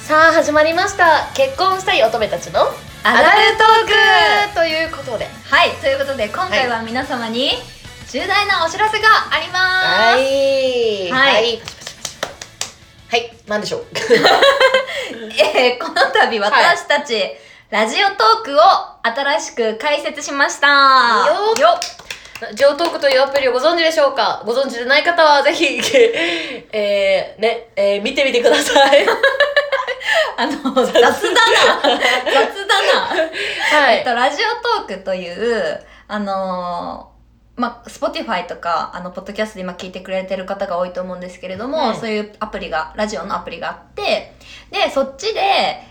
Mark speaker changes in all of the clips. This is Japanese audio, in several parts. Speaker 1: さあ始まりました結婚したい乙女たちの
Speaker 2: アダルトーク
Speaker 1: ということで
Speaker 2: はいということで今回は皆様に重大なお知らせがありま
Speaker 1: は
Speaker 2: す、
Speaker 1: い
Speaker 2: はい
Speaker 1: はいはいなんでしょう
Speaker 2: えーこの度私たち、ラジオトークを新しく開設しました
Speaker 1: よっ
Speaker 2: よ っ
Speaker 1: ジオトークというアプリをご存知でしょうかご存知でない方はぜひ えー、ね、えー見てみてください
Speaker 2: あの 雑だな雑だな、
Speaker 1: は
Speaker 2: えっ
Speaker 1: い
Speaker 2: とラジオトークというあのーまあ、Spotify とか、あの、ポッドキャストで今聞いてくれてる方が多いと思うんですけれども、
Speaker 1: はい
Speaker 2: そういうアプリが、ラジオのアプリがあって、で、そっちで、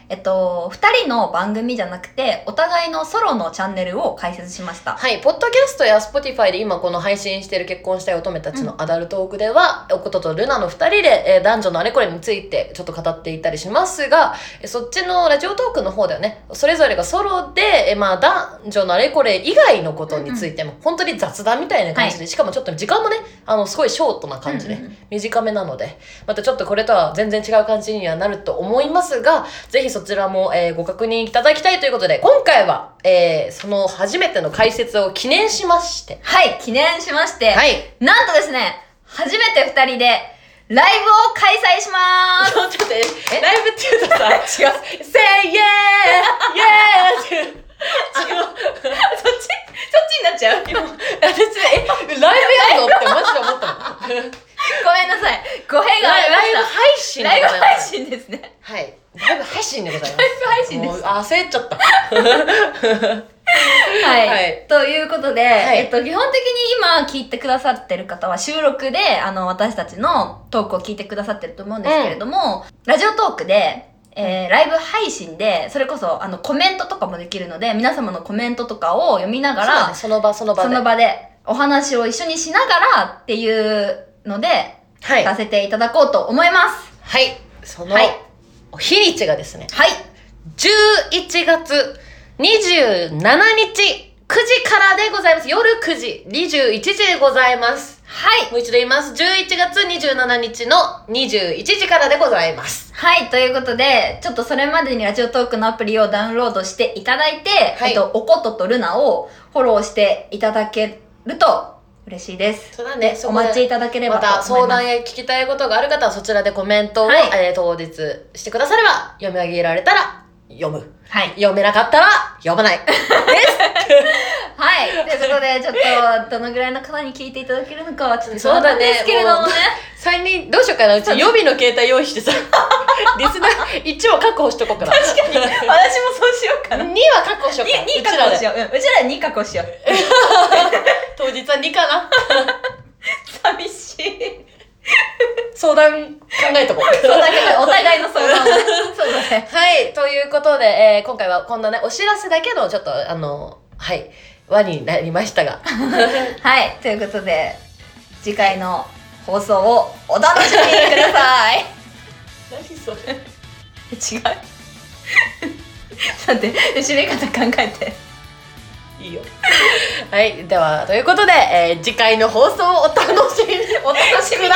Speaker 2: えっと、二人の番組じゃなくて、お互いのソロのチャンネルを開設しました。
Speaker 1: はい、ポッドキャストや Spotify で今この配信してる結婚したい乙女たちのアダルトークでは、おこととルナの2人で、えー男女のあれこれについてちょっと語っていたりしますが、えーそっちのラジオトークの方ではね、それぞれがソロで、えーまあ男女のあれこれ以外のことについても、本当に雑談みたいな感じで、しかもちょっと時間もね、あの、すごいショートな感じで、
Speaker 2: うんうん
Speaker 1: 短めなので、またちょっとこれとは全然違う感じにはなると思いますが、ぜひそちらも、えーご確認いただきたいということで、今回は、えーその初めての解説を記念しまして、
Speaker 2: はい、記念しまし て、
Speaker 1: はい。
Speaker 2: なんとですね、初めて二人で、ライブを開催しま
Speaker 1: ち
Speaker 2: す
Speaker 1: ょっと待って、ライブって言うとさ、 違う。Say yeah! Yeah! って。違う。
Speaker 2: そっち、そっちになっちゃうごめん
Speaker 1: 私ね、え、ライブやるのってマジで思った の。ライ
Speaker 2: なさい。語弊がありま
Speaker 1: ブ
Speaker 2: し
Speaker 1: 配信
Speaker 2: た。ライブ
Speaker 1: でござい
Speaker 2: 配
Speaker 1: ます
Speaker 2: 信ですね。
Speaker 1: はい。ライブ配信でございます。
Speaker 2: ライブ配信です
Speaker 1: もう焦 っちゃった。
Speaker 2: はい、
Speaker 1: はい
Speaker 2: ということで、
Speaker 1: い
Speaker 2: えっと、基本的に今聞いてくださってる方は収録で、あの、私たちのトークを聞いてくださってると思うんですけれども、ラジオトークで、えーライブ配信で、それこそ、あの、コメントとかもできるので、皆様のコメントとかを読みなが
Speaker 1: そうだ
Speaker 2: ら、
Speaker 1: ねその場その場
Speaker 2: そ
Speaker 1: で。
Speaker 2: の場でお話を一緒にしながらっていうので、
Speaker 1: はい。
Speaker 2: させていただこうと思います。
Speaker 1: はい。その、
Speaker 2: はい
Speaker 1: 日にちがですね、
Speaker 2: はい。
Speaker 1: 11月27日9時からでございます。夜9時、21時でございます。
Speaker 2: はい。
Speaker 1: もう一度言います。11月27日の21時からでございます。
Speaker 2: はい。ということで、ちょっとそれまでにラジオトークのアプリをダウンロードしていただいて、
Speaker 1: はい
Speaker 2: えっと、おこととルナをフォローしていただけると嬉しいです。
Speaker 1: そうだね。
Speaker 2: お待ちいただければ
Speaker 1: ま
Speaker 2: と思い
Speaker 1: た
Speaker 2: ます。
Speaker 1: 相談や聞きたいことがある方はそちらでコメントを、
Speaker 2: はい
Speaker 1: えー当日してくだされば読み上げられたら読む。
Speaker 2: はい。
Speaker 1: 読めなかったら読ま ない。
Speaker 2: はい。ということで、ちょっと、どのぐらいの方に聞いていただけるのかは、ちょっと
Speaker 1: そうだね
Speaker 2: 不安なんですけれどもね。
Speaker 1: 3人どうしようかなうち予備の携帯用意 してさリスナー1は確保しとこうかな確か
Speaker 2: 私もそうしようか
Speaker 1: 2は確保しようかな
Speaker 2: 2
Speaker 1: うちら
Speaker 2: 確保し
Speaker 1: で
Speaker 2: よう。うんうちら2確保しよう。
Speaker 1: 当日は2かな
Speaker 2: 寂しい。
Speaker 1: 相談考えとこ う
Speaker 2: そうだけど、お互いの相 談をね。そうだね。
Speaker 1: はいということで、えー今回はこんなねお知らせだけのちょっとあのはい輪になりましたが
Speaker 2: はい。ということで、次回の放送をお楽しみにください。
Speaker 1: 何それ
Speaker 2: 違う。 だって、締め方考えて。
Speaker 1: いいよはいではということで、えー次回の放送をお楽しみにお楽しみくださいさようなら